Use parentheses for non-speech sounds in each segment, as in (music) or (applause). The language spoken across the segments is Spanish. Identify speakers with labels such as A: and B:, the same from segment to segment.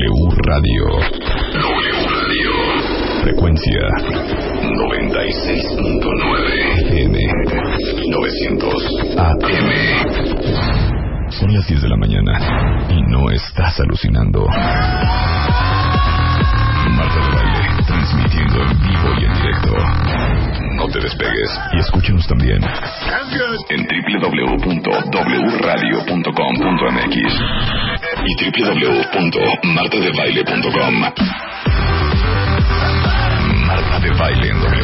A: Radio. W Radio. Frecuencia 96.9 FM 900 AM. Son las 10 de la mañana y no estás alucinando. Marta de Baile, transmitiendo en vivo y en directo. No te despegues y escúchanos también en www.wradio.com.mx y www.martadebaile.com. Marta de Baile en W.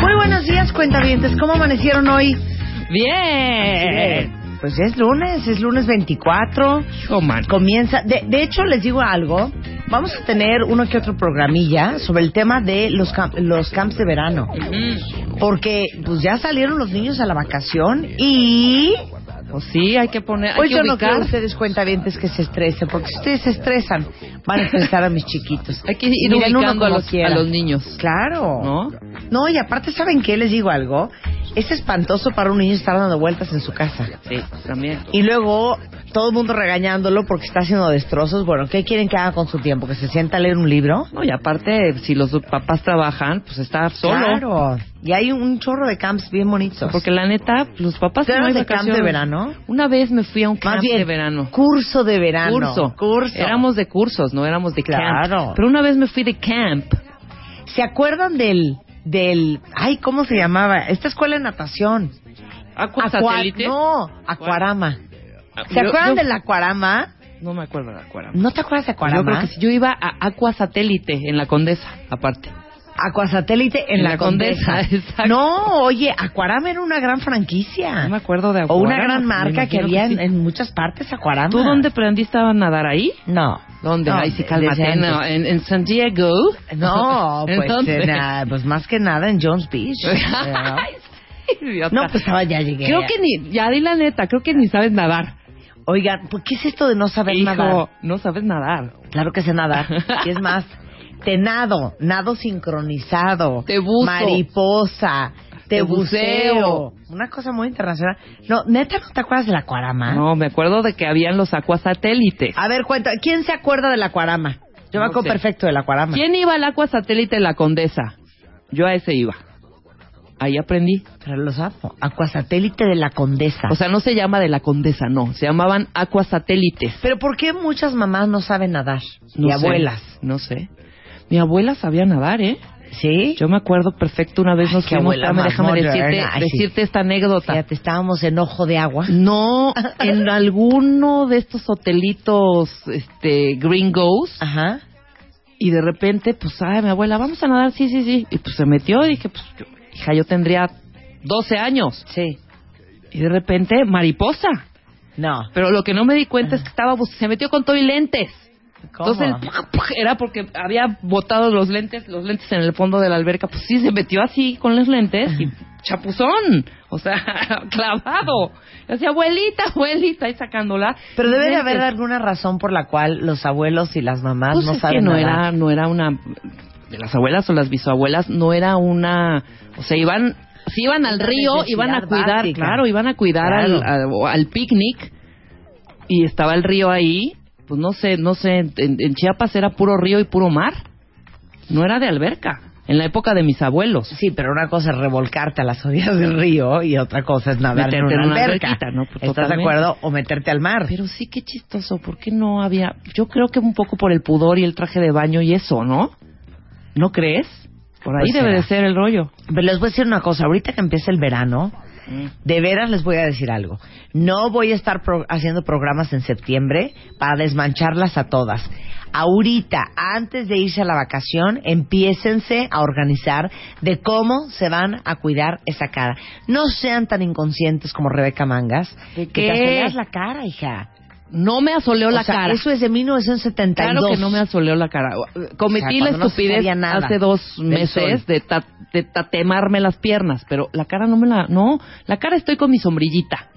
B: Muy buenos días, cuentavientes. ¿Cómo amanecieron hoy?
C: Bien.
B: Pues ya es lunes, es lunes 24.
C: Hijo, man.
B: Comienza. De, de hecho, les digo algo. Vamos a tener uno que otro programilla sobre el tema de los, camp- los camps de verano.
C: Mm.
B: Porque pues ya salieron los niños a la vacación y.
C: Pues sí, hay que poner, hay
B: Hoy
C: que
B: yo no
C: ubicar.
B: quiero que ustedes cuentavientes que se estresen, porque si ustedes se estresan, van a estresar a mis chiquitos.
C: Hay que ir
B: Miren, uno
C: ubicando a
B: como
C: los,
B: quiera.
C: a los niños.
B: Claro.
C: ¿No?
B: No, y aparte, ¿saben qué? Les digo algo. Es espantoso para un niño estar dando vueltas en su casa.
C: Sí, también.
B: Y luego todo el mundo regañándolo porque está haciendo destrozos. Bueno, ¿qué quieren que haga con su tiempo? ¿Que se sienta a leer un libro?
C: No, y aparte, si los papás trabajan, pues está solo.
B: Claro. Y hay un chorro de camps bien bonitos.
C: Porque la neta, los papás
B: ¿Tú
C: no hay
B: eras de camp
C: vacaciones.
B: de verano?
C: Una vez me fui a un
B: Más
C: camp
B: bien,
C: de verano.
B: curso de verano.
C: Curso.
B: Curso.
C: Éramos de cursos, no éramos de
B: Claro.
C: camp. Pero una vez me fui de camp.
B: ¿Se acuerdan del, del, ay, ¿cómo se llamaba? Esta escuela de natación.
C: ¿Aqua
B: Acua-
C: satélite?
B: No, Acuarama.
C: Ah,
B: ¿Se
C: yo-
B: acuerdan
C: yo-
B: del Acuarama?
C: No me acuerdo de Acuarama.
B: ¿No te acuerdas de Acuarama?
C: Yo creo que sí. Yo iba a Aqua Satélite en la Condesa, aparte.
B: Acuasatélite en,
C: En
B: la,
C: la
B: Condesa.
C: Condesa, (laughs) exacto.
B: No, oye, Acuarama era una gran franquicia.
C: No me acuerdo de
B: Ah. o
C: Aquarama.
B: una gran
C: pero me
B: marca que
C: imagino
B: había
C: sí.
B: en, en muchas partes, Acuarama.
C: ¿Tú dónde aprendiste a nadar ahí?
B: No.
C: ¿Dónde?
B: No,
C: Ahí sí,
B: desde
C: cálmate.
B: antes.
C: No, en, en San Diego. (laughs)
B: (laughs) No, pues,
C: Entonces-
B: en, ah, pues más que nada en Jones Beach. ¿verdad?
C: Ay, sí, idiota.
B: (laughs) no, pues estaba ya llegué.
C: Creo que ni, ya di la neta, creo que ni sabes nadar.
B: Oigan, ¿por ¿qué es esto de no saber
C: Hijo,
B: nadar?
C: no sabes nadar.
B: Claro que sé (laughs) nadar. Y es más, te nado, nado sincronizado.
C: Te buzo.
B: Mariposa. Te,
C: Te
B: buceo.
C: buceo.
B: Una cosa muy internacional. No, neta, ¿no te acuerdas de la cuarama?
C: No, me acuerdo de que habían los acuasatélites.
B: A ver, cuenta, ¿quién se acuerda de la cuarama? Yo me
C: No
B: acuerdo
C: sé.
B: perfecto de la cuarama.
C: ¿Quién iba al acuasatélite en la Condesa? Yo a ese iba. Ahí aprendí.
B: Pero lo sapo. Acuasatélite de la Condesa.
C: O sea, no se llama de la Condesa, no. Se llamaban acuasatélites.
B: Pero ¿por qué muchas mamás no saben nadar?
C: No
B: y
C: sé,
B: abuelas.
C: No sé. Mi abuela sabía nadar, ¿eh?
B: ¿Sí.
C: Yo me acuerdo perfecto una vez
B: Ay,
C: nos
B: qué
C: fuimos,
B: abuela
C: espérame,
B: más
C: déjame
B: moderna.
C: decirte,
B: Ay, sí.
C: decirte esta anécdota.
B: Fíjate, estábamos en ojo de agua.
C: No, en alguno de estos hotelitos este gringos
B: Ajá.
C: y de repente pues ay, mi abuela, vamos a nadar, sí, sí, sí. Y pues se metió y dije, pues yo- hija, yo tendría 12 años
B: Sí.
C: y de repente mariposa.
B: No.
C: Pero lo que no me di cuenta es que estaba bus- se metió con todo y lentes. Entonces
B: Entonces,
C: era porque había botado los lentes, los lentes en el fondo de la alberca. Pues sí, se metió así con los lentes y chapuzón, o sea, (laughs) clavado. Y así, abuelita, abuelita, ahí sacándola.
B: pero debe de haber
C: Lentes.
B: alguna razón por la cual los abuelos y las mamás
C: Pues
B: no
C: es
B: saben
C: que no
B: nadar.
C: era, no era una de las abuelas o las bisabuelas, no era una, o sea, iban, si iban al
B: Una
C: río,
B: necesidad
C: iban a cuidar,
B: básica.
C: claro, iban a cuidar
B: Claro.
C: al, al- o al picnic y estaba el río ahí, pues no sé, no sé, en, en Chiapas era puro río y puro mar, no era de alberca, en la época de mis abuelos.
B: Sí, pero una cosa es revolcarte a las orillas del río y otra cosa es nadar en
C: Meterte
B: una,
C: en una
B: alberca.
C: alberquita, ¿no? Pues,
B: ¿Estás de
C: totalmente.
B: acuerdo? O meterte al mar.
C: Pero sí, qué chistoso, ¿por qué no había? Yo creo que un poco por el pudor y el traje de baño y eso, ¿no? ¿No crees? Por ahí
B: Pues
C: debe
B: será.
C: de ser el rollo.
B: Pero les voy a decir una cosa, ahorita que empieza el verano, de veras les voy a decir algo. No voy a estar pro- haciendo programas en septiembre para desmancharlas a todas. Ahorita, antes de irse a la vacación, empiécense a organizar de cómo se van a cuidar esa cara. No sean tan inconscientes como Rebeca Mangas.
C: ¿De
B: Que te
C: qué?
B: asoleas la cara, hija.
C: No me asoleó la
B: O sea,
C: cara.
B: Eso es de 1972.
C: Claro que no me asoleó la cara. Cometí
B: O sea,
C: la
B: cuando no se
C: estupidez
B: sabía nada
C: hace dos
B: del sol.
C: meses de, ta- de tatemarme las piernas, pero la cara no me la... No, la cara estoy con mi sombrillita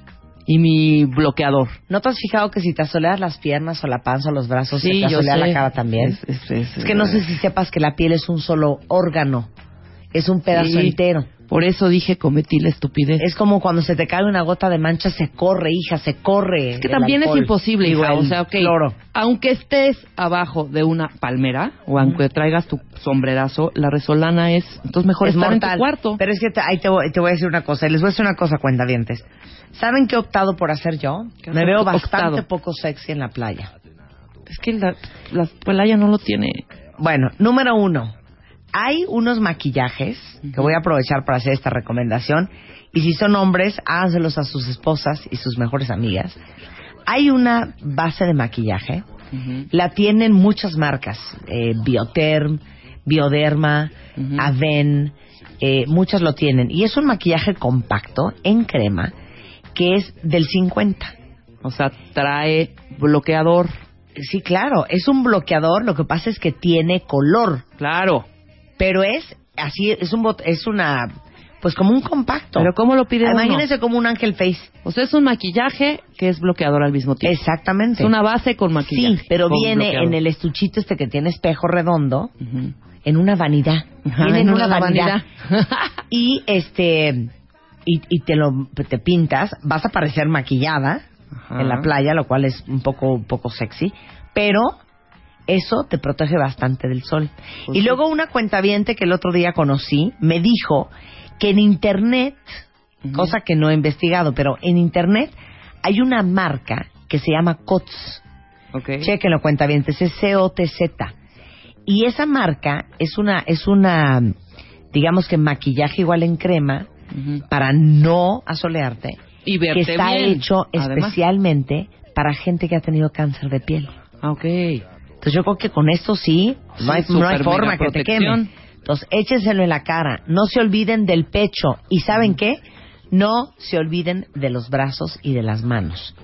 C: y mi bloqueador.
B: ¿No te has fijado que si te asoleas las piernas o la panza o los brazos, se
C: Sí,
B: te
C: yo
B: asolea
C: sé.
B: la cara también?
C: Es, es- eh, es-
B: Es que no sé si sepas que la piel es un solo órgano, es un pedazo
C: Sí.
B: entero.
C: Por eso dije cometí la estupidez.
B: Es como cuando se te cae una gota de mancha, se corre, hija, se corre.
C: Es que
B: el
C: también
B: alcohol,
C: es imposible,
B: hija,
C: igual. O
B: el
C: sea, ok.
B: cloro.
C: Aunque estés abajo de una palmera o aunque traigas tu sombrerazo, la resolana es. Entonces, mejor
B: es
C: estar
B: mortal.
C: en tu cuarto.
B: Pero es que te, ahí te voy, te voy a decir una cosa. Les voy a decir una cosa, cuentavientes. ¿Saben qué he optado por hacer yo?
C: ¿Qué has
B: Me veo
C: optado?
B: bastante poco sexy en la playa.
C: es que la, la playa no lo tiene.
B: Bueno, número uno. Hay unos maquillajes que voy a aprovechar para hacer esta recomendación. Y si son hombres, háganselos a sus esposas y sus mejores amigas. Hay una base de maquillaje. La tienen muchas marcas. eh, Bioterm, Bioderma,
C: Ujú.
B: Aven. eh, muchas lo tienen. Y es un maquillaje compacto en crema que es del 50.
C: O sea, trae bloqueador.
B: Sí, claro. Es un bloqueador. Lo que pasa es que tiene color.
C: Claro.
B: pero es así es un bot- es una pues como un compacto
C: Pero ¿cómo lo pide uno?
B: imagínense como un ángel face
C: O sea, es un maquillaje que es bloqueador al mismo tiempo.
B: exactamente
C: Es una base con maquillaje.
B: sí pero
C: con
B: viene
C: bloqueador.
B: en el estuchito este que tiene espejo redondo
C: Ujú.
B: en una vanidad
C: Ajá,
B: viene
C: en una vanidad.
B: y este y, y te lo te pintas vas a parecer maquillada
C: Ajá.
B: en la playa lo cual es un poco un poco sexy pero eso te protege bastante del sol.
C: Pues
B: y
C: sí.
B: luego una cuentaviente que el otro día conocí me dijo que en internet,
C: Ujú.
B: cosa que no he investigado, pero en internet hay una marca que se llama COTS.
C: Ok.
B: Chequenlo, cuentavientes, es C-O-T-Z. Y esa marca es una, es una, digamos que maquillaje igual en crema
C: Ujú.
B: para no asolearte,
C: Y
B: que
C: verte
B: está
C: bien,
B: hecho
C: además.
B: especialmente para gente que ha tenido cáncer de piel.
C: Ah, ok.
B: Entonces yo creo que con esto sí, no hay,
C: Sí,
B: no hay
C: súper mega
B: forma que te
C: protección.
B: quemen. Entonces échenselo en la cara, no se olviden del pecho y
C: Mm.
B: ¿saben qué? No se olviden de los brazos y de las manos.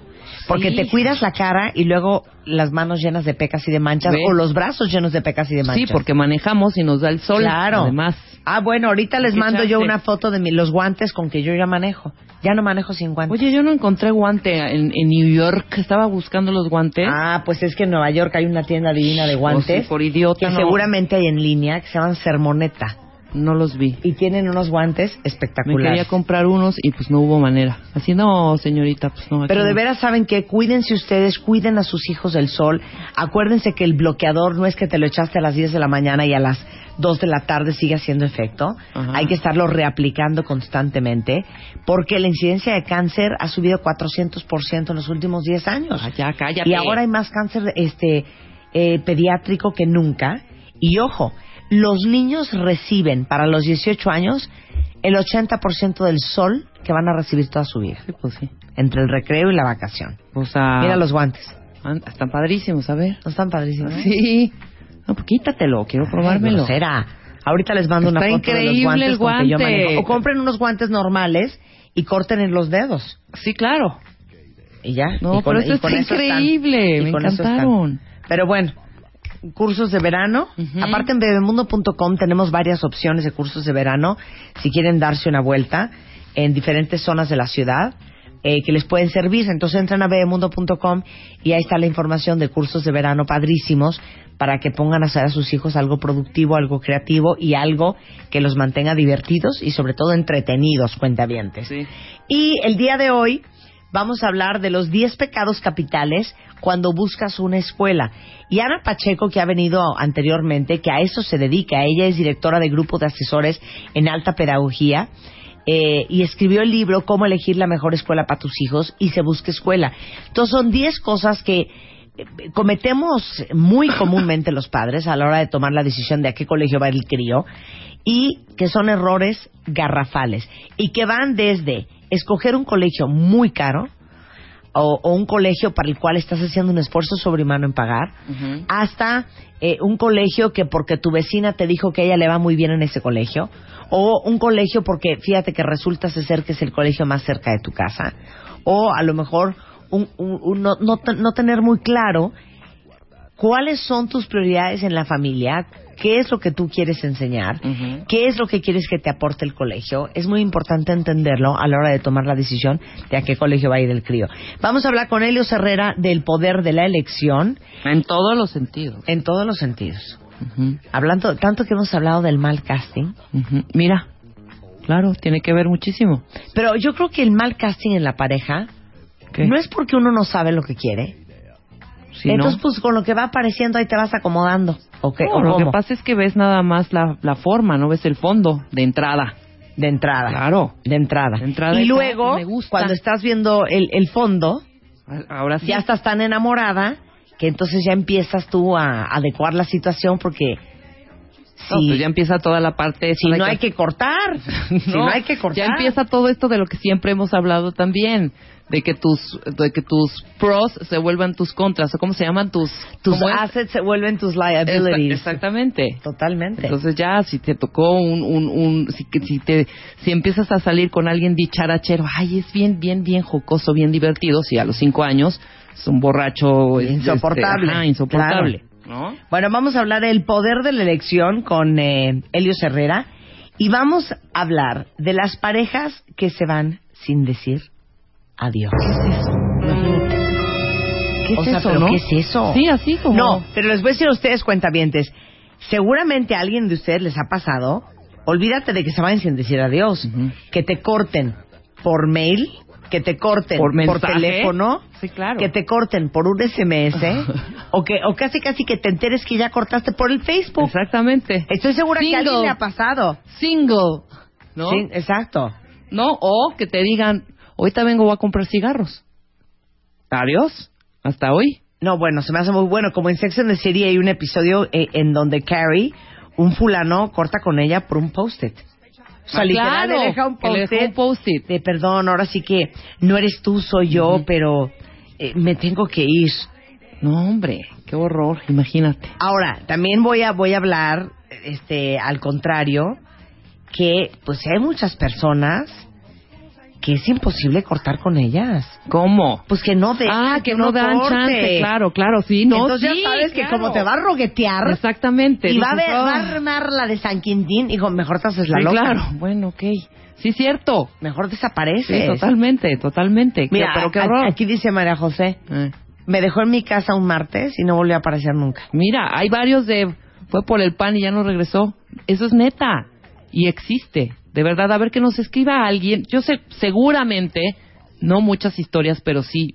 B: Porque
C: Sí.
B: te cuidas la cara y luego las manos llenas de pecas y de manchas
C: Ve.
B: o los brazos llenos de pecas y de
C: Sí,
B: manchas.
C: porque manejamos y nos da el sol.
B: Claro.
C: Además.
B: Ah, bueno, ahorita les
C: Qué
B: mando yo
C: chance.
B: una foto de mi- los guantes con que yo ya manejo. Ya no manejo sin guantes.
C: Oye, yo no encontré guante en, en New York. Estaba buscando los guantes.
B: Ah, pues es que en Nueva York hay una tienda divina de guantes.
C: O ¿Eh? Oh, sí, por idiota,
B: Que
C: no.
B: seguramente hay en línea, que se llaman Sermoneta.
C: No los vi.
B: y tienen unos guantes
C: Me quería
B: espectaculares.
C: comprar unos y pues no hubo manera. Así no, señorita, pues no. aquí
B: Pero de
C: no".
B: veras saben que cuídense ustedes, cuiden a sus hijos del sol. Acuérdense que el bloqueador no es que te lo echaste a las 10 de la mañana y a las 2 de la tarde sigue haciendo efecto.
C: Ajá.
B: Hay que estarlo reaplicando constantemente porque la incidencia de cáncer ha subido 400% en los últimos 10 años.
C: Ah, ya, cállate.
B: Y ahora hay más cáncer este eh, pediátrico que nunca. Y ojo, los niños reciben para los 18 años el 80% del sol que van a recibir toda su vida,
C: Sí, pues sí.
B: entre el recreo y la vacación.
C: O sea.
B: Mira los guantes.
C: an- Están padrísimos, a ver.
B: ¿No están padrísimos?
C: Sí. No, pues quítatelo, quiero
B: Ay,
C: probármelo.
B: grosera. Ahorita les mando una
C: Está
B: foto de los
C: increíble
B: guantes
C: el
B: con que yo
C: guante.
B: manejo. O compren unos guantes normales y corten en los dedos.
C: Sí, claro.
B: Y ya.
C: No,
B: y con-
C: pero
B: y
C: esto
B: con
C: está
B: eso están.
C: increíble.
B: Y
C: Me
B: con eso están.
C: encantaron.
B: Pero bueno, cursos de verano.
C: Ujú.
B: Aparte en bebemundo.com tenemos varias opciones de cursos de verano si quieren darse una vuelta en diferentes zonas de la ciudad. eh, que les pueden servir, entonces entran a bebemundo.com y ahí está la información de cursos de verano padrísimos para que pongan a hacer a sus hijos algo productivo, algo creativo y algo que los mantenga divertidos y sobre todo entretenidos, cuentavientes.
C: Sí.
B: Y el día de hoy vamos a hablar de los 10 pecados capitales cuando buscas una escuela. Y Ana Pacheco, que ha venido anteriormente, que a eso se dedica, ella es directora de grupo de asesores en alta pedagogía. eh, y escribió el libro Cómo elegir la mejor escuela para tus hijos y se busca escuela. Entonces son 10 cosas que eh, cometemos muy comúnmente los padres a la hora de tomar la decisión de a qué colegio va el crío y que son errores garrafales y que van desde escoger un colegio muy caro o, o un colegio para el cual estás haciendo un esfuerzo sobrehumano en pagar
C: Ujú.
B: hasta eh, un colegio que porque tu vecina te dijo que a ella le va muy bien en ese colegio, o un colegio porque fíjate que resulta ser que es el colegio más cerca de tu casa, o a lo mejor un- un- un no, no te- no tener muy claro cuáles son tus prioridades en la familia, qué es lo que tú quieres enseñar,
C: Ujú.
B: qué es lo que quieres que te aporte el colegio. Es muy importante entenderlo a la hora de tomar la decisión de a qué colegio va a ir el crío. Vamos a hablar con Helios Herrera del poder de la elección.
C: En todos los sentidos.
B: En todos los sentidos.
C: Ujú.
B: Hablando, tanto que hemos hablado del mal casting,
C: Ujú. Mira, Claro, tiene que ver muchísimo.
B: Pero yo creo que el mal casting en la pareja
C: ¿Qué?
B: no es porque uno no sabe lo que quiere.
C: Si no-
B: Entonces, pues con lo que va apareciendo ahí te vas acomodando. ¿O qué?
C: No,
B: ¿O
C: lo que
B: cómo?
C: pasa es que ves nada más la, la forma, no ves el fondo de entrada.
B: De entrada.
C: Claro.
B: De entrada.
C: De entrada
B: y
C: es,
B: luego,
C: ah, me gusta.
B: cuando estás viendo el, el fondo,
C: Ahora sí.
B: ya estás tan enamorada que entonces ya empiezas tú a adecuar la situación porque
C: No,
B: si,
C: pues ya empieza toda la parte. esa
B: si
C: de (laughs)
B: no hay que cortar, si no hay que cortar.
C: Ya empieza todo esto de lo que siempre hemos hablado también, de que tus de que tus pros se vuelvan tus contras, o cómo se llaman tus
B: Tus
C: ¿cómo es?
B: assets se vuelven tus
C: Esta-
B: liabilities.
C: Exactamente.
B: Totalmente.
C: Entonces ya si te tocó un un, un si, que- si te si empiezas a salir con alguien dicharachero, ay, es bien bien bien jocoso, bien divertido, si a los cinco años es un borracho este,
B: Insoportable.
C: ajá, insoportable, ¿no?
B: Bueno, vamos a hablar del poder de la elección con eh, Helios Herrera y vamos a hablar de las parejas que se van sin decir adiós.
C: ¿Qué es
B: O sea,
C: eso,
B: ¿pero
C: no?
B: qué es eso?
C: Sí, así como
B: No, pero les voy a decir a ustedes, cuentavientes, seguramente a alguien de ustedes les ha pasado, olvídate de que se vayan sin decir adiós,
C: Ujú.
B: que te corten por mail, que te corten
C: por
B: por,
C: mensaje.
B: teléfono,
C: Sí, claro.
B: que te corten por
C: (laughs)
B: un SMS, o que o casi casi que te enteres que ya cortaste por el Facebook.
C: Exactamente.
B: Estoy segura que a
C: Single.
B: alguien le ha pasado.
C: Single, ¿no?
B: Sí, exacto.
C: No, o que te digan, ahorita vengo voy a comprar cigarros. Adiós, hasta hoy.
B: No, bueno, se me hace muy bueno. Como en Sex and the City hay un episodio eh, en donde Carrie, un fulano, corta con ella por un post-it. O sea,
C: Ah,
B: literal,
C: claro,
B: le deja un
C: que le dejó un
B: post-it
C: post-it.
B: de perdón, ahora sí que no eres tú, soy yo, pero eh, me tengo que ir.
C: No, hombre, qué horror, imagínate.
B: Ahora, también voy a, voy a hablar, este, al contrario, que pues hay muchas personas que es imposible cortar con ellas.
C: ¿Cómo?
B: Pues que no dejan
C: ah, que no
B: uno
C: dan
B: corte.
C: chance, claro, claro, sí, no,
B: Entonces
C: sí,
B: ya sabes que
C: claro.
B: como te va a roguetear
C: Exactamente.
B: y va a,
C: dices,
B: ver, va
C: "Ah".
B: a armar la de San Quintín, hijo, mejor te haces la
C: Sí,
B: loca.
C: claro, bueno, ok. Sí, cierto.
B: Mejor
C: Sí,
B: desapareces.
C: totalmente, totalmente.
B: Mira,
C: pero qué
B: a-
C: horror.
B: aquí dice María José,
C: Eh.
B: me dejó en mi casa un martes y no volvió a aparecer nunca.
C: Mira, hay varios de fue por el pan y ya no regresó. Eso es neta y existe. De verdad, a ver que nos escriba alguien. Yo sé seguramente no muchas historias, pero sí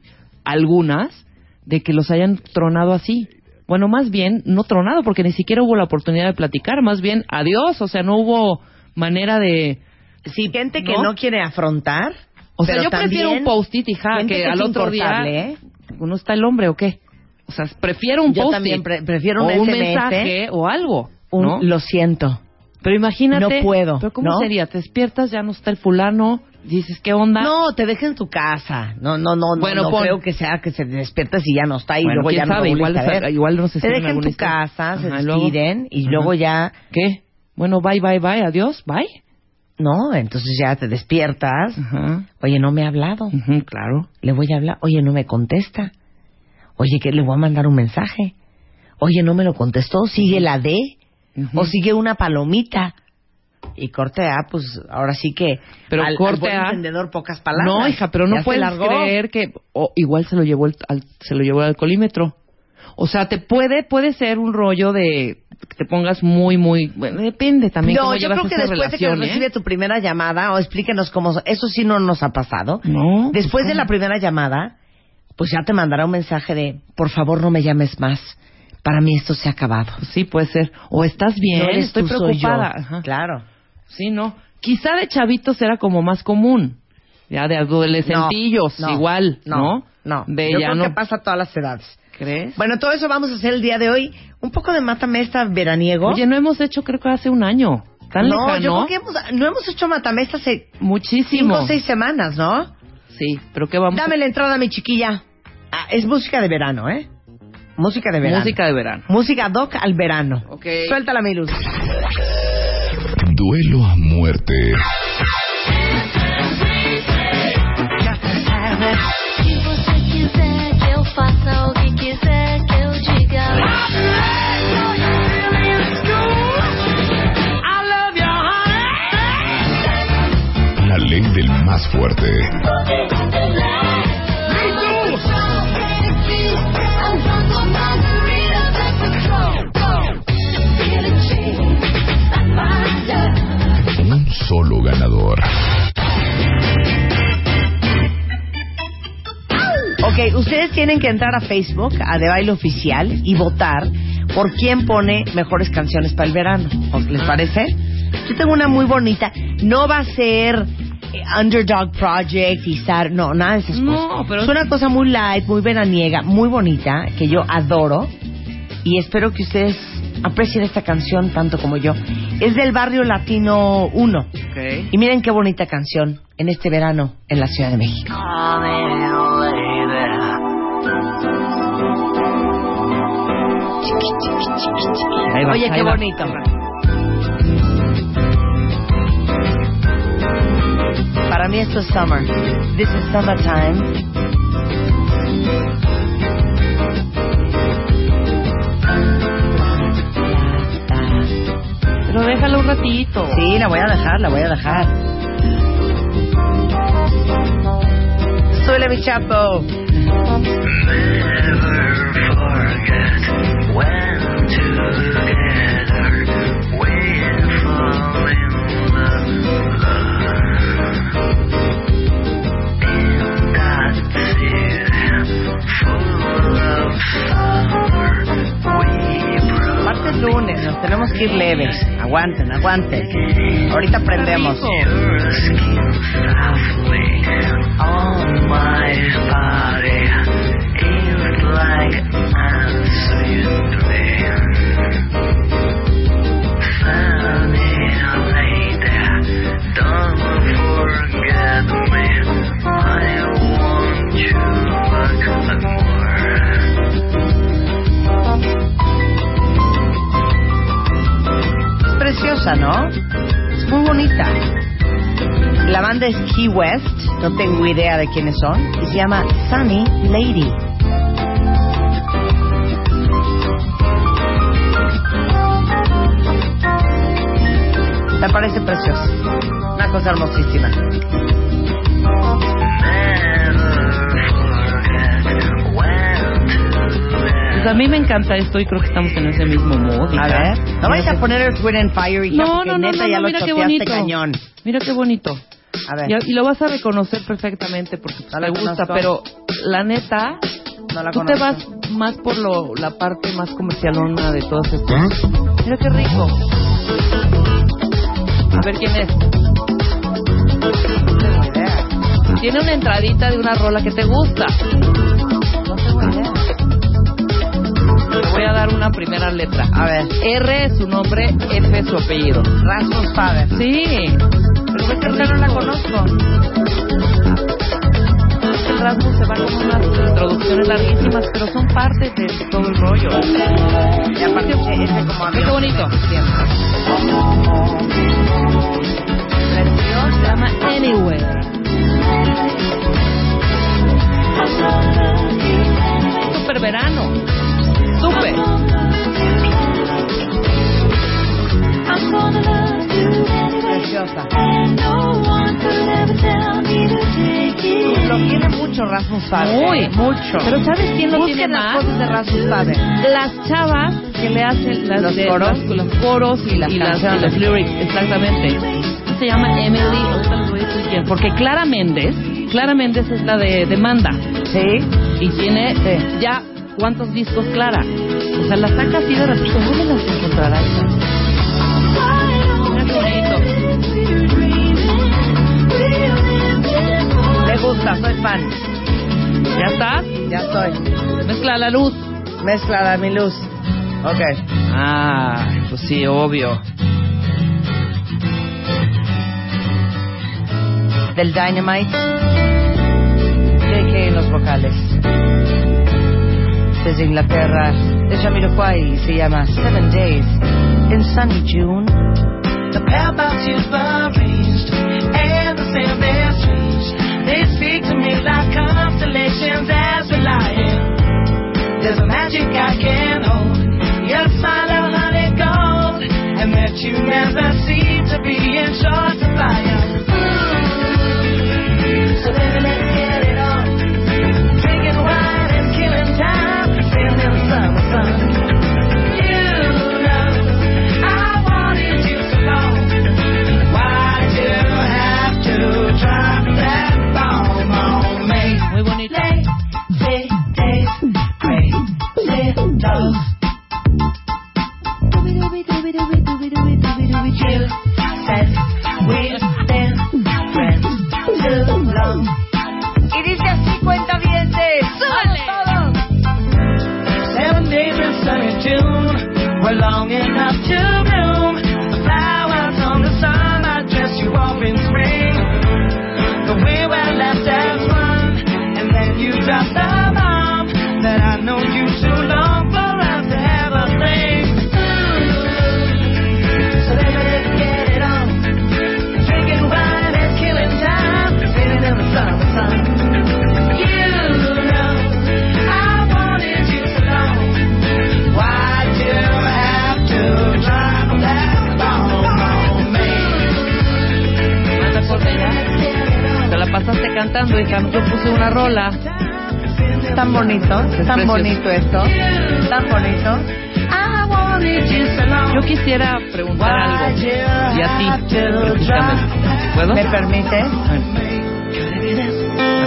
C: algunas de que los hayan tronado así. Bueno, más bien no tronado porque ni siquiera hubo la oportunidad de platicar, más bien adiós, o sea, no hubo manera de
B: Sí, gente que no,
C: ¿No?
B: quiere afrontar.
C: o sea,
B: pero
C: yo prefiero
B: también
C: un post-it, hija,
B: gente
C: que,
B: que es
C: al otro día
B: incortable, ¿eh?
C: no está el hombre o qué. O sea, prefiero un
B: Yo
C: post-it.
B: también pre- prefiero
C: o
B: un
C: un
B: SMS.
C: mensaje o algo.
B: un
C: ¿no?
B: lo siento.
C: Pero imagínate.
B: No puedo,
C: ¿Pero cómo
B: ¿no?
C: sería? Te despiertas, ya no está el fulano, dices, ¿qué onda?
B: No, te deja en tu casa. No, no, no, no,
C: Bueno,
B: no
C: pon-
B: creo que sea que se despiertes y ya no está y
C: Bueno,
B: luego
C: quién
B: ya no
C: sabe,
B: lo
C: igual,
B: volviste a
C: esa-
B: ver.
C: igual nos
B: Te
C: escriben
B: deja en
C: alguna
B: tu
C: historia.
B: casa, se
C: Ajá, luego-
B: despiden y
C: Ajá.
B: luego ya
C: ¿Qué? Bueno, bye, bye, bye, adiós, bye.
B: No, entonces ya te despiertas.
C: Ajá.
B: Oye, no me ha hablado.
C: Ujú, claro.
B: Le voy a hablar. Oye, no me contesta. Oye, que le voy a mandar un mensaje. Oye, no me lo contestó. Sigue la D
C: Ujú.
B: o sigue una palomita. Y corte A, pues ahora sí que.
C: Pero
B: al,
C: corte
B: al buen
C: A-
B: entendedor, pocas palabras.
C: No, hija, pero no
B: Ya se
C: puedes
B: largó.
C: creer que o igual se lo llevó el, al, se lo llevó al colímetro. O sea, te puede puede ser un rollo de que te pongas muy muy bueno, depende también
B: No,
C: cómo
B: yo
C: llevas
B: creo que
C: esa
B: después de que
C: relación, ¿eh?
B: recibe tu primera llamada, o explíquenos cómo. Eso sí no nos ha pasado.
C: No. pues
B: Después de la primera llamada, pues ya te mandará un mensaje de: por favor, no me llames más. Para mí esto se ha acabado.
C: pues Sí, puede ser. O estás bien,
B: No eres
C: estoy
B: tú, soy yo.
C: preocupada. Ajá.
B: Claro.
C: Sí, no. Quizá de chavitos era como más común. Ya de adolescentillos,
B: No, no,
C: Pues igual, ¿no?
B: No.
C: De
B: Yo
C: ya
B: creo
C: no.
B: que pasa a todas las edades.
C: ¿Crees?
B: Bueno, todo eso vamos a hacer el día de hoy. Un poco de matamesta veraniego.
C: Oye, no hemos hecho, creo que hace un año. Tan
B: no,
C: lejano.
B: yo creo que hemos- no hemos hecho matamesta hace
C: Muchísimo.
B: cinco o seis semanas, ¿no?
C: Sí, pero ¿qué vamos a-
B: Dame la entrada, mi chiquilla. Ah, es música de verano, ¿eh? Música de verano.
C: Música de verano.
B: Música doc al verano.
C: Ok.
B: Suéltala, mi luz.
A: Duelo a muerte.
D: Se você quiser que eu faça o que quiser que eu diga.
A: La ley del más fuerte. Un solo ganador.
B: Ok, ustedes tienen que entrar a Facebook, a De Baile Oficial, y votar por quién pone mejores canciones para el verano. ¿Os- ¿Les parece? Yo tengo una muy bonita. No va a ser eh, Underdog Project y Sar... No, nada de esas
C: No,
B: cosas.
C: pero-
B: Es una cosa muy light, muy veraniega, muy bonita, que yo adoro. Y espero que ustedes aprecien esta canción tanto como yo. Es del barrio Latino 1.
C: Ok.
B: Y miren qué bonita canción en este verano en la Ciudad de México. Ahí va,
C: Oye,
B: ahí
C: qué
B: va.
C: bonito.
B: Para mí esto es summer. This is summertime.
C: Pero déjalo un ratito.
B: Sí, la voy a dejar, la voy a dejar. Suele mi chapo. Aparte es lunes, nos tenemos que ir leves. Aguanten, aguanten. Ahorita prendemos. Es preciosa, ¿no? Es muy bonita. La banda es Key West, no tengo idea de quiénes son, y se llama Sunny Lady. Me parece preciosa, una cosa hermosísima.
C: Pues a mí me encanta esto y creo que estamos en ese mismo mood. hija.
B: A ver, no vais a poner el Twitter en fire y
C: No, no, no,
B: neta
C: no,
B: ya
C: no,
B: lo
C: mira qué
B: choteaste
C: bonito.
B: cañón.
C: Mira qué bonito.
B: A ver,
C: Y, y lo vas a reconocer perfectamente porque pues,
B: No la
C: te gusta,
B: conozco.
C: pero la neta,
B: no la
C: tú te
B: conozco.
C: vas más por lo, la parte más comercialona de todas estas. Mira qué rico. A ver quién es.
B: No tengo idea.
C: Tiene una entradita de una rola que te gusta.
B: No tengo idea.
C: Te voy a dar una primera letra.
B: A ver,
C: R es su nombre, F es su apellido.
B: Rasmus Faber.
C: Sí. Pero ves que esta no la conozco. El Rasmus se va con unas introducciones larguísimas, pero son parte de todo el rollo.
B: Y aparte, eh, ese como avión.
C: Qué bonito. Se llama Anywhere. Super verano. Super.
B: Preciosa. Lo tiene mucho Rasmus Faber. ¿eh?
C: Muy, mucho. Pero ¿sabes quién lo
B: Busquen
C: tiene
B: las
C: más?
B: cosas de Rasmus Faber.
C: las chavas que le hacen las
B: Los
C: de-
B: coros.
C: las- los coros y,
B: Y las
C: y las,
B: canciones.
C: y los lyrics, exactamente. Se llama Emily, ahorita les voy a decir quién, porque Clara Méndez, Clara Méndez es la de demanda
B: Sí.
C: y tiene eh,
B: Sí.
C: ya cuántos discos Clara. O sea, la saca así de repente, ¿dónde las encontrarás? Mira qué bonito.
B: Me gusta, soy fan.
C: Ya estás,
B: Ya estoy.
C: mezcla la luz.
B: Mezcla de mi luz. Ok.
C: Ah, pues sí, obvio.
B: Del Dynamite. JK en los vocales. Desde Inglaterra. De Jamiroquai se llama Seven Days in Sunny June.
E: The path about you raised and the sand is reached. They speak to me like constellations as we lie in. There's a magic I can't hold. Your smile of honey gold. And that you never seem to be in short supply. So baby, let's get it on. Drinking wine and killing time. Sitting in the summer sun. You know I wanted you so long. Why
C: cantando, hija. Yo puse una rola.
F: Tan bonito,
C: Es
F: tan
C: precioso.
F: bonito esto, tan bonito.
C: Yo quisiera preguntar algo. Y a ti, precisamente. ¿Puedo?
F: ¿Me permite?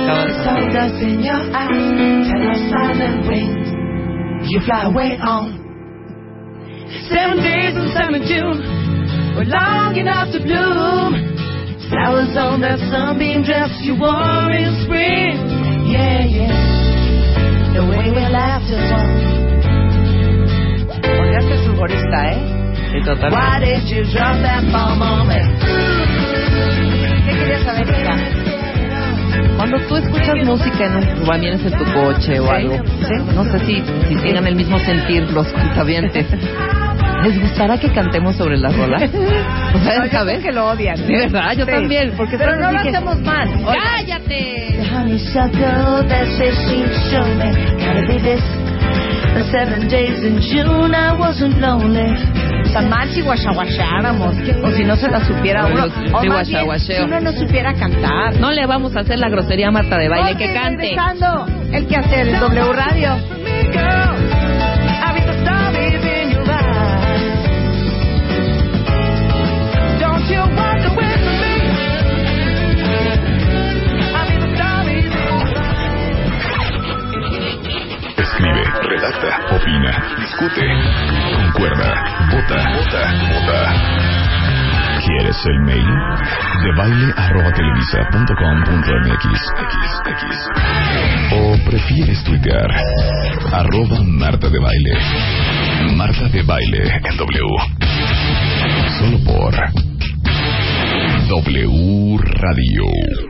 C: Acabo de-
B: You fly away on seven days and seven June were long enough to bloom. Flowers on that sunbeam dress you wore in spring. Yeah, yeah. The way we laughed at one.
F: Podría ser futbolista, ¿eh?
C: Sí, total.
B: Why did you drop that bomb on me?
F: ¿Qué querías saber, hija?
C: Cuando tú escuchas música en un va, vienes en tu coche o algo, no sé si, si tengan el mismo sentir los cuentavientes. ¿Les gustará que cantemos sobre las rolas? O sea,
F: No, yo
C: ¿sabes?
F: creo que lo odian.
C: De verdad, yo
F: Sí.
C: también, porque
F: Pero
C: son
F: no
C: así
F: lo
C: que-
F: hacemos mal.
B: The honeysuckle that says she show me. Gotta be this. The seven days in June I wasn't lonely.
F: Tan mal si guachaguacháramos, o si no se la supiera
C: Bueno,
F: uno.
C: sí,
F: O más bien,
C: guachaguacheo.
F: si uno no supiera cantar.
C: No le vamos a hacer la grosería a Marta de baile que
F: Porque
C: cante.
F: regresando, El que hacer, el W Radio.
A: Escribe, redacta, opina, discute, concuerda, vota, vota, vota. ¿Quieres el mail? De baile arroba televisa punto com punto MX. ¿O prefieres tuitear? Arroba Marta de Baile. Marta de Baile en W. Solo por W Radio.